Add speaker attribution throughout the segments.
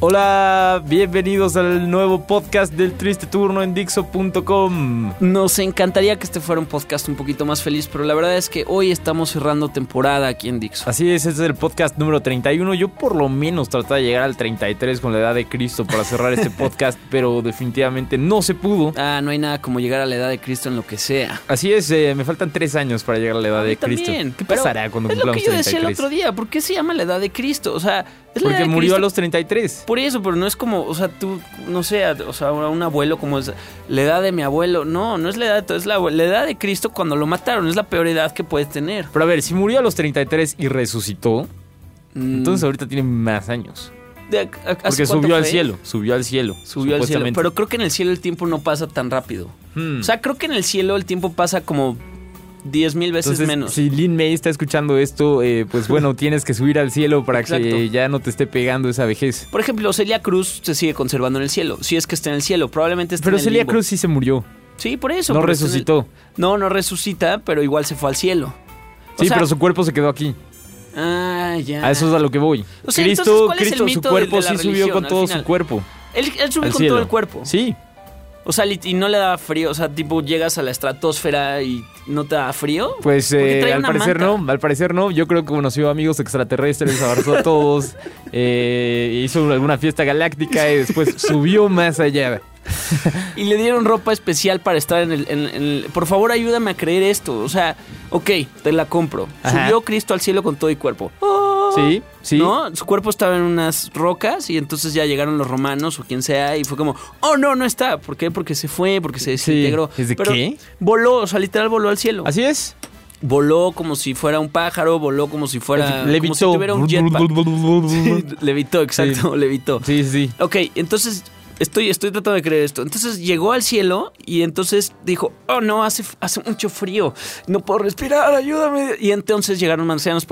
Speaker 1: Hola, bienvenidos al nuevo podcast del Triste Turno en Dixo.com.
Speaker 2: Nos encantaría que este fuera un podcast un poquito más feliz, pero la verdad es que hoy estamos cerrando temporada aquí en Dixo.
Speaker 1: Así es, este es el podcast número 31. Yo por lo menos traté de llegar al 33 con la edad de Cristo para cerrar este podcast, pero definitivamente no se pudo.
Speaker 2: Ah, no hay nada como llegar a la edad de Cristo en lo que sea.
Speaker 1: Así es, eh, me faltan tres años para llegar a la edad
Speaker 2: A mí
Speaker 1: de Cristo.
Speaker 2: también,
Speaker 1: ¿Qué
Speaker 2: pero
Speaker 1: pasará cuando
Speaker 2: es lo
Speaker 1: cumplamos
Speaker 2: que yo decía el
Speaker 1: 33?
Speaker 2: otro día, ¿por qué se llama la edad de Cristo? O sea, es la edad
Speaker 1: Porque
Speaker 2: de
Speaker 1: murió
Speaker 2: Cristo.
Speaker 1: a los 33.
Speaker 2: Por eso, pero no es como, o sea, tú, no sé, a- o sea, a un abuelo como es la edad de mi abuelo. No, no es la edad de todo, es la, la edad de Cristo cuando lo mataron, es la peor edad que puedes tener.
Speaker 1: Pero a ver, si murió a los 33 y resucitó,
Speaker 2: Mm,
Speaker 1: entonces ahorita tiene más años.
Speaker 2: ¿de- a- a- hace
Speaker 1: Porque
Speaker 2: cuánto
Speaker 1: subió al
Speaker 2: fue?
Speaker 1: cielo, subió al cielo.
Speaker 2: Subió al cielo.
Speaker 1: supuestamente.
Speaker 2: Pero creo que en el cielo el tiempo no pasa tan rápido.
Speaker 1: Hmm.
Speaker 2: O sea, creo que en el cielo el tiempo pasa como 10 mil veces
Speaker 1: Entonces,
Speaker 2: menos.
Speaker 1: si Lin May está escuchando esto, eh, pues bueno, tienes que subir al cielo para
Speaker 2: Exacto.
Speaker 1: que ya no te esté pegando esa vejez.
Speaker 2: Por ejemplo, Celia Cruz se sigue conservando en el cielo. Si es que está en el cielo, probablemente está
Speaker 1: Pero
Speaker 2: en el
Speaker 1: Celia
Speaker 2: limbo.
Speaker 1: Cruz sí se murió,
Speaker 2: Sí, por eso.
Speaker 1: no
Speaker 2: porque está en el-
Speaker 1: resucitó.
Speaker 2: No, no resucita, pero igual se fue al cielo. O
Speaker 1: Sí,
Speaker 2: sea-
Speaker 1: pero su cuerpo se quedó aquí.
Speaker 2: Ah, ya.
Speaker 1: A eso es a lo que voy.
Speaker 2: O sea, entonces,
Speaker 1: Cristo,
Speaker 2: ¿cuál es el
Speaker 1: Cristo, su
Speaker 2: mito
Speaker 1: cuerpo
Speaker 2: de- de la
Speaker 1: sí subió
Speaker 2: religión
Speaker 1: con
Speaker 2: al
Speaker 1: todo
Speaker 2: final?
Speaker 1: su cuerpo.
Speaker 2: Él, él sube
Speaker 1: al
Speaker 2: con
Speaker 1: cielo.
Speaker 2: todo el cuerpo.
Speaker 1: Sí,
Speaker 2: O sea, lit- y no le da frío. O sea, tipo, llegas a la estratosfera y no te da frío.
Speaker 1: pues
Speaker 2: Porque
Speaker 1: eh,
Speaker 2: trae
Speaker 1: al
Speaker 2: una
Speaker 1: parecer
Speaker 2: manta.
Speaker 1: no, al parecer no. Yo creo que conoció amigos extraterrestres, abrazó a todos, eh, hizo alguna fiesta galáctica y después subió más allá.
Speaker 2: Y le dieron ropa especial para estar en el, en- en el- Por favor, ayúdame a creer esto. O sea, ok, te la compro.
Speaker 1: Ajá.
Speaker 2: Subió Cristo al cielo con todo y cuerpo. Ah,
Speaker 1: Sí, sí.
Speaker 2: ¿No? Su cuerpo estaba en unas rocas y entonces ya llegaron los romanos o quien sea y fue como, oh, no, no está. ¿Por qué? Porque se fue, porque se
Speaker 1: Sí.
Speaker 2: desintegró.
Speaker 1: ¿Es de
Speaker 2: Pero
Speaker 1: qué?
Speaker 2: Voló, o sea, literal voló al cielo.
Speaker 1: Así es.
Speaker 2: Voló como si fuera un pájaro, voló como si fuera... Como si
Speaker 1: Levitó.
Speaker 2: tuviera un jetpack. Sí, levitó, exacto, levitó.
Speaker 1: Sí, sí.
Speaker 2: Ok, entonces estoy, estoy tratando de creer esto. Entonces llegó al cielo y entonces dijo, oh no, hace, hace mucho frío, no puedo respirar, ayúdame. Y entonces llegaron marcianos.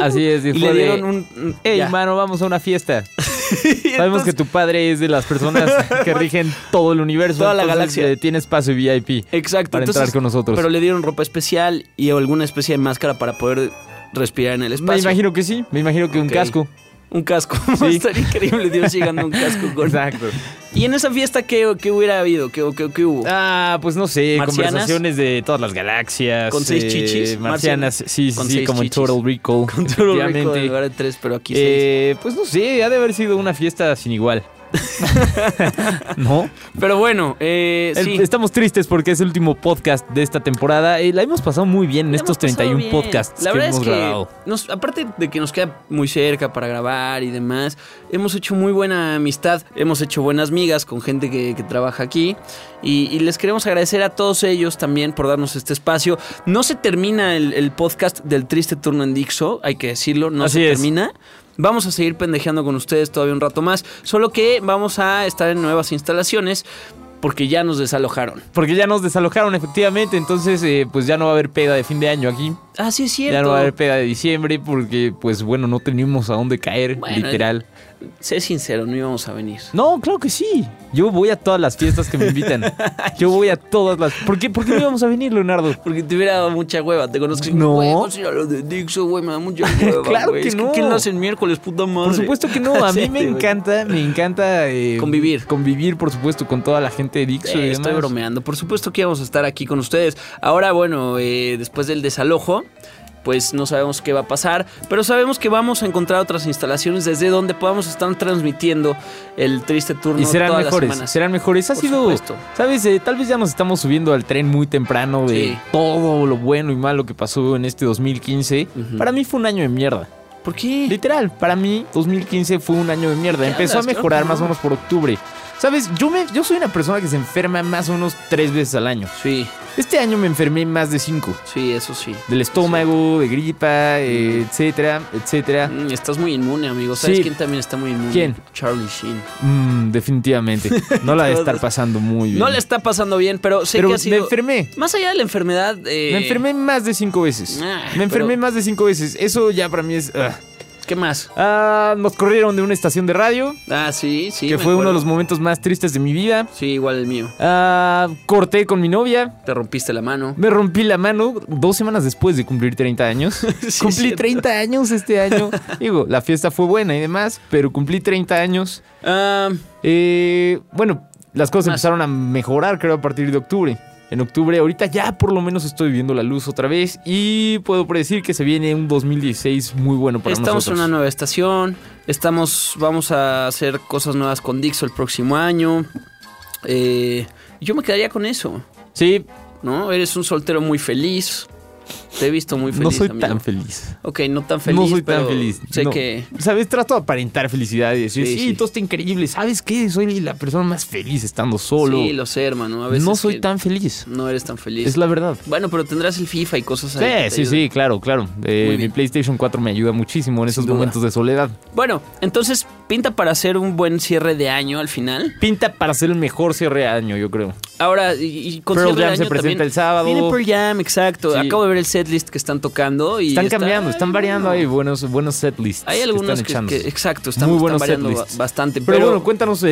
Speaker 1: Así es, y
Speaker 2: Y
Speaker 1: fue de,
Speaker 2: le dieron un...
Speaker 1: Hey,
Speaker 2: ya.
Speaker 1: mano, vamos a una fiesta.
Speaker 2: Y
Speaker 1: Sabemos que
Speaker 2: entonces-
Speaker 1: tu padre es de las personas que rigen todo el universo.
Speaker 2: Toda la
Speaker 1: entonces,
Speaker 2: galaxia.
Speaker 1: eh, tiene espacio VIP
Speaker 2: Exacto.
Speaker 1: para
Speaker 2: entonces-
Speaker 1: entrar con nosotros.
Speaker 2: Pero le dieron ropa especial y alguna especie de máscara para poder respirar en el espacio.
Speaker 1: me imagino que sí, me imagino que un
Speaker 2: Ok.
Speaker 1: casco.
Speaker 2: Un casco.
Speaker 1: Sí.
Speaker 2: Estaría increíble Dios llegando un casco con...
Speaker 1: Exacto.
Speaker 2: ¿Y en esa fiesta qué, qué hubiera habido? ¿Qué, qué- qué hubo?
Speaker 1: Ah, pues no sé,
Speaker 2: ¿Marcianas?
Speaker 1: conversaciones de todas las galaxias. eh,
Speaker 2: Con seis chichis,
Speaker 1: Marcianas, sí, sí,
Speaker 2: Con
Speaker 1: sí,
Speaker 2: seis
Speaker 1: como
Speaker 2: chichis.
Speaker 1: en Total Recall.
Speaker 2: Con todo el récord
Speaker 1: efectivamente.
Speaker 2: en lugar de tres, pero aquí seis.
Speaker 1: Eh, pues no sé, ha de haber sido una fiesta sin igual. ¿No?
Speaker 2: Pero bueno, eh,
Speaker 1: El-
Speaker 2: sí.
Speaker 1: Estamos tristes porque es el último podcast de esta temporada. Eh, la hemos pasado muy bien en
Speaker 2: La
Speaker 1: estos
Speaker 2: hemos pasado
Speaker 1: 31
Speaker 2: bien.
Speaker 1: podcasts
Speaker 2: La
Speaker 1: que
Speaker 2: verdad
Speaker 1: hemos
Speaker 2: es que
Speaker 1: grabado.
Speaker 2: nos- aparte de que nos queda muy cerca para grabar y demás, hemos hecho muy buena amistad, hemos hecho buenas migas con gente que, que trabaja aquí y, y les queremos agradecer a todos ellos también por darnos este espacio. No se termina el, el podcast del triste turno en Dixo, hay que decirlo, no
Speaker 1: Así
Speaker 2: se
Speaker 1: es.
Speaker 2: termina. Vamos a seguir pendejeando con ustedes todavía un rato más, solo que vamos a estar en nuevas instalaciones porque ya nos desalojaron.
Speaker 1: Porque ya nos desalojaron efectivamente, entonces eh, pues ya no va a haber peda de fin de año aquí.
Speaker 2: Ah, sí es cierto.
Speaker 1: Ya no va a haber peda de diciembre porque pues bueno, no teníamos a dónde caer,
Speaker 2: Bueno,
Speaker 1: literal.
Speaker 2: Sé sincero, no íbamos a venir.
Speaker 1: No, claro que sí. Yo voy a todas las fiestas que me invitan. Yo voy a todas las... ¿Por qué, ¿Por qué no íbamos a venir, Leonardo?
Speaker 2: Porque te hubiera dado mucha hueva, te conozco.
Speaker 1: No.
Speaker 2: Güey, vamos a ir a lo de Dixo, güey, me da mucha hueva.
Speaker 1: Claro
Speaker 2: güey.
Speaker 1: que
Speaker 2: es
Speaker 1: no.
Speaker 2: Que, ¿Quién lo hace el miércoles, puta madre?
Speaker 1: Por supuesto que no, a mí
Speaker 2: Sí,
Speaker 1: me
Speaker 2: güey.
Speaker 1: encanta, me encanta... eh,
Speaker 2: Convivir.
Speaker 1: Convivir, por supuesto, con toda la gente de
Speaker 2: Eh,
Speaker 1: Dixo y
Speaker 2: estoy
Speaker 1: demás.
Speaker 2: bromeando. Por supuesto que íbamos a estar aquí con ustedes. Ahora, bueno, eh, después del desalojo, pues no sabemos qué va a pasar, pero sabemos que vamos a encontrar otras instalaciones desde donde podamos estar transmitiendo el triste turno
Speaker 1: Y serán
Speaker 2: todas las
Speaker 1: mejores,
Speaker 2: semanas.
Speaker 1: serán mejores. Ha
Speaker 2: Por
Speaker 1: sido,
Speaker 2: supuesto.
Speaker 1: sabes, Eh, tal vez ya nos estamos subiendo al tren muy temprano de
Speaker 2: Sí.
Speaker 1: todo lo bueno y malo que pasó en este 2015.
Speaker 2: Ujú.
Speaker 1: Para mí fue un año de mierda.
Speaker 2: ¿Por qué?
Speaker 1: Literal, para mí 2015 fue un año de mierda.
Speaker 2: ¿Qué
Speaker 1: Empezó
Speaker 2: hablas?
Speaker 1: a mejorar
Speaker 2: Claro que
Speaker 1: más o
Speaker 2: no.
Speaker 1: menos por octubre. Sabes, yo, me, yo soy una persona que se enferma más o menos tres veces al año.
Speaker 2: Sí,
Speaker 1: Este año me enfermé más de cinco.
Speaker 2: sí, eso sí.
Speaker 1: Del estómago, de gripa, eh, etcétera, etcétera.
Speaker 2: Mm, estás muy inmune, amigo. ¿Sabes
Speaker 1: Sí.
Speaker 2: quién también está muy inmune?
Speaker 1: ¿Quién?
Speaker 2: Charlie Sheen.
Speaker 1: Mm, definitivamente. No la de estar pasando muy bien.
Speaker 2: No le está pasando bien, pero sé
Speaker 1: Pero
Speaker 2: que ha sido...
Speaker 1: me enfermé.
Speaker 2: Más allá de la enfermedad... eh,
Speaker 1: Me enfermé más de cinco veces.
Speaker 2: Ah,
Speaker 1: me enfermé
Speaker 2: pero-
Speaker 1: más de cinco veces. Eso ya para mí es. ah.
Speaker 2: ¿Qué más?
Speaker 1: Ah, nos corrieron de una estación de radio,
Speaker 2: Ah, sí, sí.
Speaker 1: que
Speaker 2: me
Speaker 1: fue uno de los
Speaker 2: acuerdo.
Speaker 1: momentos más tristes de mi vida.
Speaker 2: Sí, igual el mío.
Speaker 1: Ah, corté con mi novia.
Speaker 2: Te rompiste la mano.
Speaker 1: Me rompí la mano dos semanas después de cumplir 30 años.
Speaker 2: es
Speaker 1: cumplí
Speaker 2: cierto.
Speaker 1: 30 años este año. Digo, la fiesta fue buena y demás, pero cumplí 30 años.
Speaker 2: Ah,
Speaker 1: Eh, bueno, las cosas
Speaker 2: Más.
Speaker 1: empezaron a mejorar, creo, a partir de octubre. En octubre, ahorita ya por lo menos estoy viendo la luz otra vez y puedo predecir que se viene un 2016 muy bueno para
Speaker 2: estamos en
Speaker 1: nosotros.
Speaker 2: una nueva estación. Estamos... Vamos a hacer cosas nuevas con Dixo el próximo año. Eh, yo me quedaría con eso,
Speaker 1: Sí,
Speaker 2: ¿no? Eres un soltero muy feliz. Te he visto muy feliz,
Speaker 1: no soy
Speaker 2: amigo.
Speaker 1: tan feliz.
Speaker 2: Ok, no tan feliz.
Speaker 1: no soy tan
Speaker 2: pero
Speaker 1: feliz.
Speaker 2: Sé
Speaker 1: no.
Speaker 2: que...
Speaker 1: Sabes, trato de aparentar felicidad y decir,
Speaker 2: Sí,
Speaker 1: sí,
Speaker 2: sí.
Speaker 1: todo está increíble. ¿Sabes qué? Soy la persona más feliz estando solo.
Speaker 2: Sí, lo sé, hermano. A veces
Speaker 1: no soy
Speaker 2: que
Speaker 1: tan feliz.
Speaker 2: No eres tan feliz.
Speaker 1: Es la verdad.
Speaker 2: Bueno, pero tendrás el FIFA y cosas
Speaker 1: Sí,
Speaker 2: así.
Speaker 1: sí, sí, claro, claro. Eh,
Speaker 2: Muy
Speaker 1: mi
Speaker 2: bien.
Speaker 1: PlayStation 4 me ayuda muchísimo en
Speaker 2: Sin
Speaker 1: esos
Speaker 2: duda.
Speaker 1: momentos de soledad.
Speaker 2: Bueno, entonces pinta para hacer un buen cierre de año al final.
Speaker 1: Pinta para ser el mejor cierre de año, yo creo.
Speaker 2: Ahora, y, y con
Speaker 1: Pearl
Speaker 2: cierre de
Speaker 1: Jam
Speaker 2: año
Speaker 1: se presenta
Speaker 2: también.
Speaker 1: el sábado.
Speaker 2: Viene Pearl Jam, exacto.
Speaker 1: Sí.
Speaker 2: Acabo de ver el setlist que están tocando y
Speaker 1: Están
Speaker 2: está-
Speaker 1: cambiando, están variando
Speaker 2: Ay,
Speaker 1: ahí
Speaker 2: no.
Speaker 1: buenos, buenos setlists.
Speaker 2: Hay algunos
Speaker 1: están
Speaker 2: que,
Speaker 1: echándose.
Speaker 2: que- exacto, están,
Speaker 1: Muy
Speaker 2: están
Speaker 1: buenos
Speaker 2: variando ba-
Speaker 1: setlists.
Speaker 2: bastante,
Speaker 1: Pero, bueno, cuéntanos eh,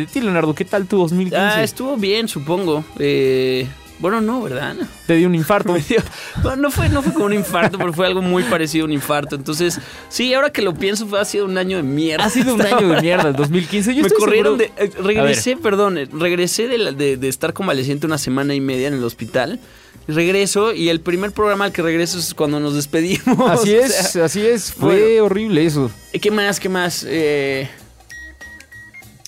Speaker 1: de ti, Leonardo, ¿qué tal tu 2015?
Speaker 2: ah, estuvo bien, supongo. Eh, bueno, no, ¿verdad?
Speaker 1: Te dio un infarto.
Speaker 2: Me dio- No, no fue, no fue como un infarto, pero fue algo muy parecido a un infarto. Entonces, sí, ahora que lo pienso, fue- ha sido un año de mierda.
Speaker 1: ha sido un año de mierda el 2015. Yo
Speaker 2: Me
Speaker 1: estoy
Speaker 2: corrieron
Speaker 1: seguro-
Speaker 2: de. eh, regresé, perdón, eh, regresé de, la- de- de estar convaleciente una semana y media en el hospital. Regreso y el primer programa al que regreso es cuando nos despedimos.
Speaker 1: Así
Speaker 2: O
Speaker 1: es,
Speaker 2: sea,
Speaker 1: así es. Fue
Speaker 2: bueno.
Speaker 1: horrible eso.
Speaker 2: ¿Qué más? ¿Qué más? Eh,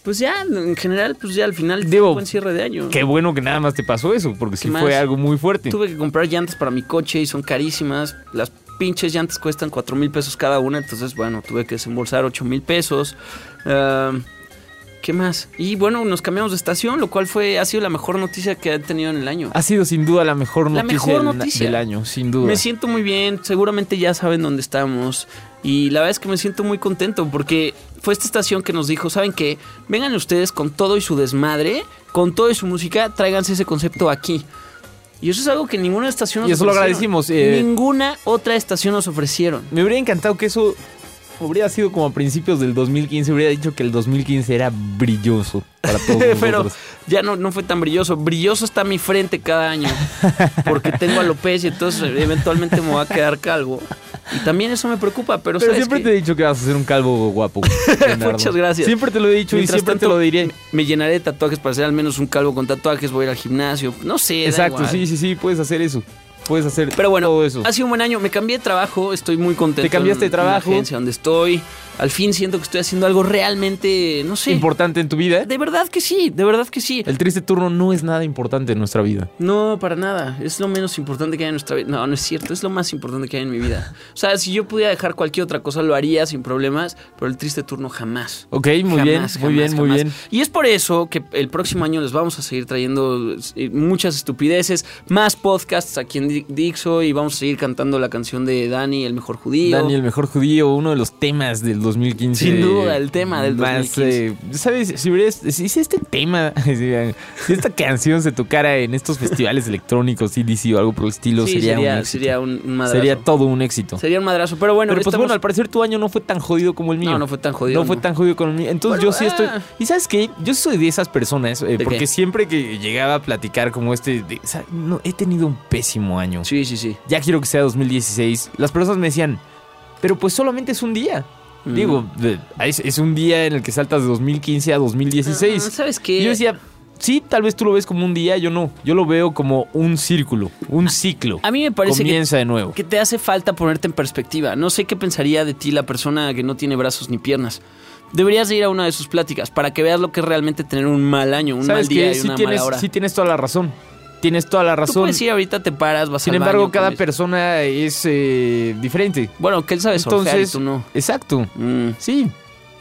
Speaker 2: pues ya, en general, pues ya al final fue
Speaker 1: Digo,
Speaker 2: un buen cierre de año.
Speaker 1: Qué bueno que nada más te pasó eso, porque sí
Speaker 2: más?
Speaker 1: fue algo muy fuerte.
Speaker 2: Tuve que comprar llantas para mi coche y son carísimas. Las pinches llantas cuestan 4 mil pesos cada una. Entonces, bueno, tuve que desembolsar 8 mil pesos. Ah, ¿Qué más? Y bueno, nos cambiamos de estación, lo cual fue ha sido la mejor noticia que he tenido en el año.
Speaker 1: Ha sido sin duda la mejor
Speaker 2: La
Speaker 1: noticia,
Speaker 2: mejor
Speaker 1: del-
Speaker 2: noticia.
Speaker 1: Del, año, sin duda.
Speaker 2: Me siento muy bien, seguramente ya saben dónde estamos. Y la verdad es que me siento muy contento porque fue esta estación que nos dijo, ¿saben qué? Vengan ustedes con todo y su desmadre, con todo y su música, tráiganse ese concepto aquí. Y eso es algo que ninguna estación nos
Speaker 1: Y eso lo
Speaker 2: ofrecieron.
Speaker 1: agradecimos, eh.
Speaker 2: Ninguna otra estación nos ofrecieron.
Speaker 1: Me hubiera encantado que eso hubiera sido como a principios del 2015. Hubiera dicho que el 2015 era brilloso para todos
Speaker 2: Pero
Speaker 1: nosotros.
Speaker 2: ya no, no fue tan brilloso. Brilloso está mi frente cada año. Porque tengo alopecia, entonces eventualmente me va a quedar calvo. Y también eso me preocupa, pero,
Speaker 1: Pero
Speaker 2: ¿sabes
Speaker 1: siempre
Speaker 2: qué?
Speaker 1: te he dicho que vas a ser un calvo guapo. Leonardo.
Speaker 2: Muchas gracias.
Speaker 1: Siempre te lo he dicho
Speaker 2: Mientras
Speaker 1: y siempre
Speaker 2: tanto,
Speaker 1: te lo diré.
Speaker 2: Me llenaré de tatuajes para ser al menos un calvo con tatuajes, voy a ir al gimnasio, no sé. da
Speaker 1: Exacto,
Speaker 2: igual.
Speaker 1: sí, sí, sí, puedes hacer eso. Puedes hacer
Speaker 2: Pero bueno,
Speaker 1: todo eso.
Speaker 2: ha sido un buen año, me cambié de trabajo, estoy muy contento.
Speaker 1: Te cambiaste de
Speaker 2: en- en la
Speaker 1: trabajo.
Speaker 2: agencia donde estoy, al fin siento que estoy haciendo algo realmente, no sé.
Speaker 1: Importante en tu vida.
Speaker 2: De verdad que sí, de verdad que sí.
Speaker 1: El triste turno no es nada importante en nuestra vida.
Speaker 2: No, para nada. Es lo menos importante que hay en nuestra vida. No, no es cierto. Es lo más importante que hay en mi vida. O sea, si yo pudiera dejar cualquier otra cosa, lo haría sin problemas, pero el triste turno jamás.
Speaker 1: Ok, muy
Speaker 2: Jamás,
Speaker 1: bien,
Speaker 2: jamás,
Speaker 1: muy bien, muy
Speaker 2: jamás.
Speaker 1: bien.
Speaker 2: Y es por eso que el próximo año les vamos a seguir trayendo eh, muchas estupideces, más podcasts aquí en Di- Dixo y vamos a seguir cantando la canción de Dani, el mejor judío.
Speaker 1: Dani, el mejor judío, uno de los temas del 2015.
Speaker 2: Sin duda, el tema del
Speaker 1: Más,
Speaker 2: 2015.
Speaker 1: eh, ¿Sabes? Si, hubieras- si- si este tema, si, si esta canción se tocara en estos festivales electrónicos, CDC o algo por el estilo,
Speaker 2: Sí,
Speaker 1: sería,
Speaker 2: sería,
Speaker 1: un éxito.
Speaker 2: sería un, un madrazo.
Speaker 1: Sería todo un éxito.
Speaker 2: Sería un madrazo. Pero bueno,
Speaker 1: Pero pues
Speaker 2: estamos-
Speaker 1: bueno, al parecer tu año no fue tan jodido como el mío.
Speaker 2: no, no fue tan jodido.
Speaker 1: No fue tan jodido con el mío. Entonces
Speaker 2: Bueno,
Speaker 1: yo sí estoy.
Speaker 2: ah.
Speaker 1: ¿Y sabes qué? Yo soy de esas personas, eh,
Speaker 2: qué?
Speaker 1: porque siempre que llegaba a platicar como este. de- o sea, no, he tenido un pésimo año.
Speaker 2: Sí, sí, sí.
Speaker 1: Ya quiero que sea 2016. Las personas me decían, pero pues solamente es un día.
Speaker 2: Mm.
Speaker 1: Digo, de- es, es un día en el que saltas de 2015 a
Speaker 2: Ah,
Speaker 1: 2016.
Speaker 2: ¿Sabes qué?
Speaker 1: Y yo decía, sí, tal vez tú lo ves como un día, yo no. Yo lo veo como un círculo, un ciclo.
Speaker 2: a mí me parece que
Speaker 1: Comienza de nuevo.
Speaker 2: que te hace falta ponerte en perspectiva. No sé qué pensaría de ti la persona que no tiene brazos ni piernas. Deberías de ir a una de sus pláticas para que veas lo que es realmente tener un mal año, un mal
Speaker 1: ¿Sabes
Speaker 2: día
Speaker 1: qué?
Speaker 2: y
Speaker 1: Sí
Speaker 2: una
Speaker 1: tienes,
Speaker 2: mala hora.
Speaker 1: sí tienes toda la razón. Tienes toda la
Speaker 2: Tú
Speaker 1: razón.
Speaker 2: puedes ir ahorita, te paras, vas
Speaker 1: Sin
Speaker 2: al
Speaker 1: embargo,
Speaker 2: baño,
Speaker 1: cada
Speaker 2: comes.
Speaker 1: persona es eh, diferente.
Speaker 2: Bueno, que él sabe surfear y
Speaker 1: Entonces-
Speaker 2: tú no.
Speaker 1: Exacto.
Speaker 2: Mm.
Speaker 1: Sí.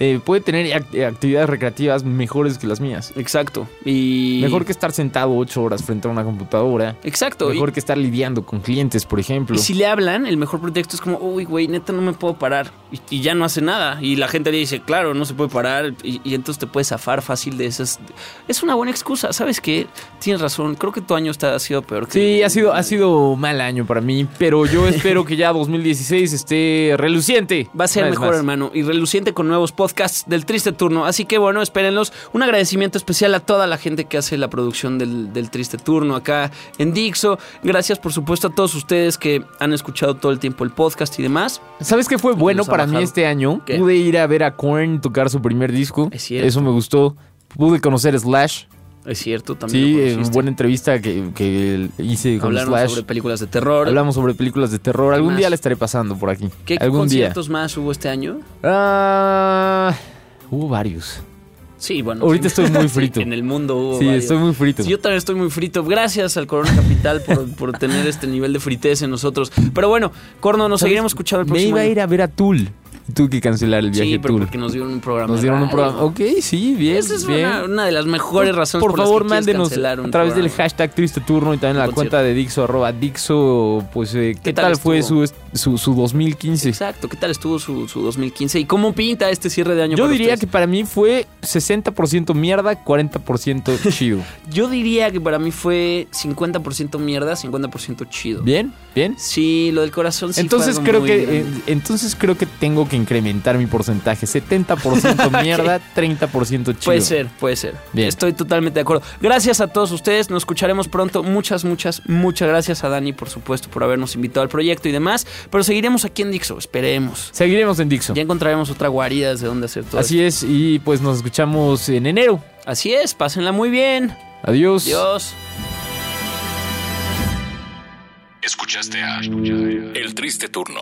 Speaker 1: eh, puede tener act- actividades recreativas mejores que las mías.
Speaker 2: Exacto. Y.
Speaker 1: Mejor que estar sentado ocho horas frente a una computadora.
Speaker 2: Exacto. y-
Speaker 1: Mejor que estar lidiando con clientes, por ejemplo.
Speaker 2: Y si le hablan, el mejor pretexto es como, uy, güey, neta no me puedo parar. Y, y ya no hace nada. Y la gente le dice, claro, no se puede parar. Y, y entonces te puedes zafar fácil de esas. Es una buena excusa. ¿Sabes qué? Tienes razón. Creo que tu año está, ha sido peor que.
Speaker 1: Sí, ha sido,
Speaker 2: Mm.
Speaker 1: ha sido mal año para mí, pero yo espero que ya 2016 esté reluciente.
Speaker 2: Va a ser
Speaker 1: Una vez
Speaker 2: mejor,
Speaker 1: más.
Speaker 2: hermano, y reluciente con nuevos podcasts del Triste Turno. Así que bueno, espérenlos. Un agradecimiento especial a toda la gente que hace la producción del, del Triste Turno acá en Dixo. Gracias, por supuesto, a todos ustedes que han escuchado todo el tiempo el podcast y demás.
Speaker 1: ¿Sabes qué fue bueno
Speaker 2: Nos ha
Speaker 1: para mí
Speaker 2: bajado.
Speaker 1: este año?
Speaker 2: ¿Qué?
Speaker 1: Pude ir a ver a Korn tocar su primer disco.
Speaker 2: Es cierto.
Speaker 1: Eso me gustó. Pude conocer Slash.
Speaker 2: Es cierto, también.
Speaker 1: Sí,
Speaker 2: lo
Speaker 1: eh,
Speaker 2: conociste.
Speaker 1: buena entrevista que, que hice con
Speaker 2: Hablaron
Speaker 1: Slash.
Speaker 2: sobre películas de terror.
Speaker 1: Hablamos sobre películas de terror. Algún
Speaker 2: más?
Speaker 1: día la estaré pasando por aquí.
Speaker 2: ¿Qué
Speaker 1: Algún día.
Speaker 2: conciertos más hubo este año?
Speaker 1: Ah, hubo varios.
Speaker 2: Sí, bueno.
Speaker 1: Ahorita
Speaker 2: sí.
Speaker 1: estoy muy
Speaker 2: Sí,
Speaker 1: frito.
Speaker 2: en el mundo hubo.
Speaker 1: sí,
Speaker 2: varios.
Speaker 1: estoy muy frito.
Speaker 2: Sí, Yo también estoy muy frito. Gracias al Corona Capital por, por tener este nivel de fritez en nosotros. Pero bueno, Corno, nos
Speaker 1: ¿Sabes?
Speaker 2: seguiremos escuchando el
Speaker 1: Me
Speaker 2: próximo
Speaker 1: iba a
Speaker 2: año.
Speaker 1: ir a ver a Tool. Tuve que cancelar el viaje
Speaker 2: Sí,
Speaker 1: a
Speaker 2: pero
Speaker 1: Tool.
Speaker 2: porque nos dieron un programa.
Speaker 1: Nos
Speaker 2: de
Speaker 1: dieron un
Speaker 2: radio.
Speaker 1: programa. Ok, sí, bien.
Speaker 2: Esa es
Speaker 1: bien.
Speaker 2: una, una de las mejores razones
Speaker 1: por,
Speaker 2: las que
Speaker 1: favor,
Speaker 2: quieres
Speaker 1: mándenos
Speaker 2: cancelar
Speaker 1: a
Speaker 2: un
Speaker 1: través del
Speaker 2: programa.
Speaker 1: hashtag Triste Turno y también la
Speaker 2: Un
Speaker 1: cuenta de Dixo, arroba Dixo, pues, eh, ¿qué,
Speaker 2: tal
Speaker 1: tal, fue
Speaker 2: estuvo?
Speaker 1: su, su, su 2015?
Speaker 2: Exacto, ¿qué tal estuvo su, su 2015? ¿Y cómo pinta este cierre de año?
Speaker 1: Yo
Speaker 2: para
Speaker 1: diría que
Speaker 2: ustedes?
Speaker 1: para mí fue 60% mierda, 40% chido.
Speaker 2: Yo diría que para mí fue 50% mierda, 50% chido.
Speaker 1: ¿Bien? ¿Bien?
Speaker 2: Sí, lo del corazón sí
Speaker 1: entonces
Speaker 2: fue
Speaker 1: creo
Speaker 2: algo muy
Speaker 1: que
Speaker 2: grande.
Speaker 1: eh, entonces creo que tengo que incrementar mi porcentaje, 70% mierda, 30% chido.
Speaker 2: Puede ser, puede ser.
Speaker 1: Bien.
Speaker 2: Estoy totalmente de acuerdo. Gracias a todos ustedes. Nos escucharemos pronto. Muchas, muchas, muchas gracias a Dani, por supuesto, por habernos invitado al proyecto y demás. Pero seguiremos aquí en Dixo. Esperemos.
Speaker 1: Seguiremos en Dixo.
Speaker 2: Ya encontraremos otra guarida desde donde hacer todo.
Speaker 1: Así es y pues nos escuchamos en enero.
Speaker 2: esto. Así es. Pásenla muy bien.
Speaker 1: Adiós.
Speaker 2: Adiós.
Speaker 3: Escuchaste a El Triste Turno.